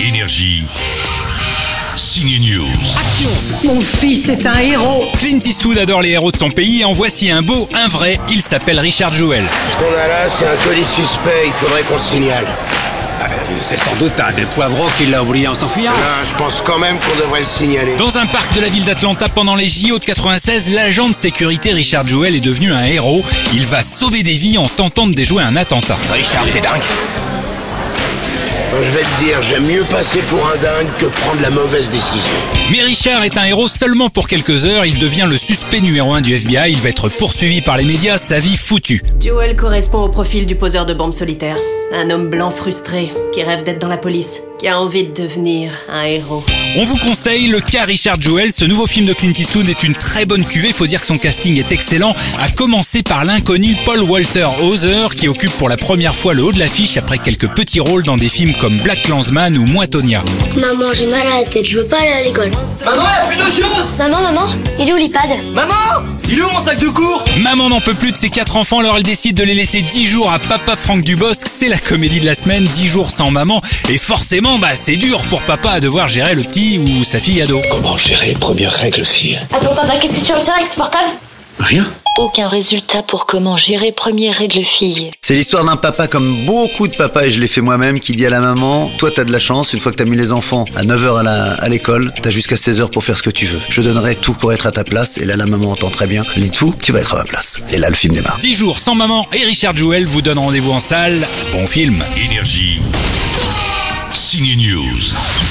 Énergie. Signe News. Mon fils est un héros. Clint Eastwood adore les héros de son pays et en voici un beau, un vrai. Il s'appelle Richard Jewell. Ce qu'on a là, c'est un colis suspect, il faudrait qu'on le signale. Euh, C'est sans doute un des poivrons qui l'a oublié en s'enfuyant. Ah, je pense quand même qu'on devrait le signaler. Dans un parc de la ville d'Atlanta pendant les JO de 96, l'agent de sécurité Richard Jewell est devenu un héros. Il va sauver des vies en tentant de déjouer un attentat. Richard, t'es dingue Bon, Je vais te dire, j'aime mieux passer pour un dingue que prendre la mauvaise décision. Mais Richard est un héros seulement pour quelques heures. Il devient le suspect numéro un du FBI. Il va être poursuivi par les médias, sa vie foutue. Jewel correspond au profil du poseur de bombes solitaires. Un homme blanc frustré, qui rêve d'être dans la police, qui a envie de devenir un héros. On vous conseille le cas Richard Jewell. Ce nouveau film de Clint Eastwood est une très bonne cuvée. Faut dire que son casting est excellent, à commencer par l'inconnu Paul Walter Hauser, qui occupe pour la première fois le haut de l'affiche après quelques petits rôles dans des films comme Black Clansman ou Moitonia. Maman, j'ai mal à la tête, je veux pas aller à l'école. Maman, y'a plus de cheveux Maman, maman, il est où l'iPad Maman Il est où mon sac de cours Maman n'en peut plus de ses quatre enfants, alors elle décide de les laisser 10 jours à papa Franck Dubosc. C'est la comédie de la semaine, 10 jours sans maman. Et forcément, bah, c'est dur pour papa à devoir gérer le petit ou sa fille ado. Comment gérer Première règle, fille. Attends, papa, qu'est-ce que tu vas me faire avec ce portable Rien. Aucun résultat pour comment gérer première règle fille. C'est l'histoire d'un papa comme beaucoup de papas, et je l'ai fait moi-même, qui dit à la maman Toi, t'as de la chance, une fois que t'as mis les enfants à 9h à la- à l'école, t'as jusqu'à 16h pour faire ce que tu veux. Je donnerai tout pour être à ta place, et là, la maman entend très bien Elle dit tout, tu vas être à ma place. Et là, le film démarre. 10 jours sans maman et Richard Jewell vous donne rendez-vous en salle. Bon film. Énergie. Signe News.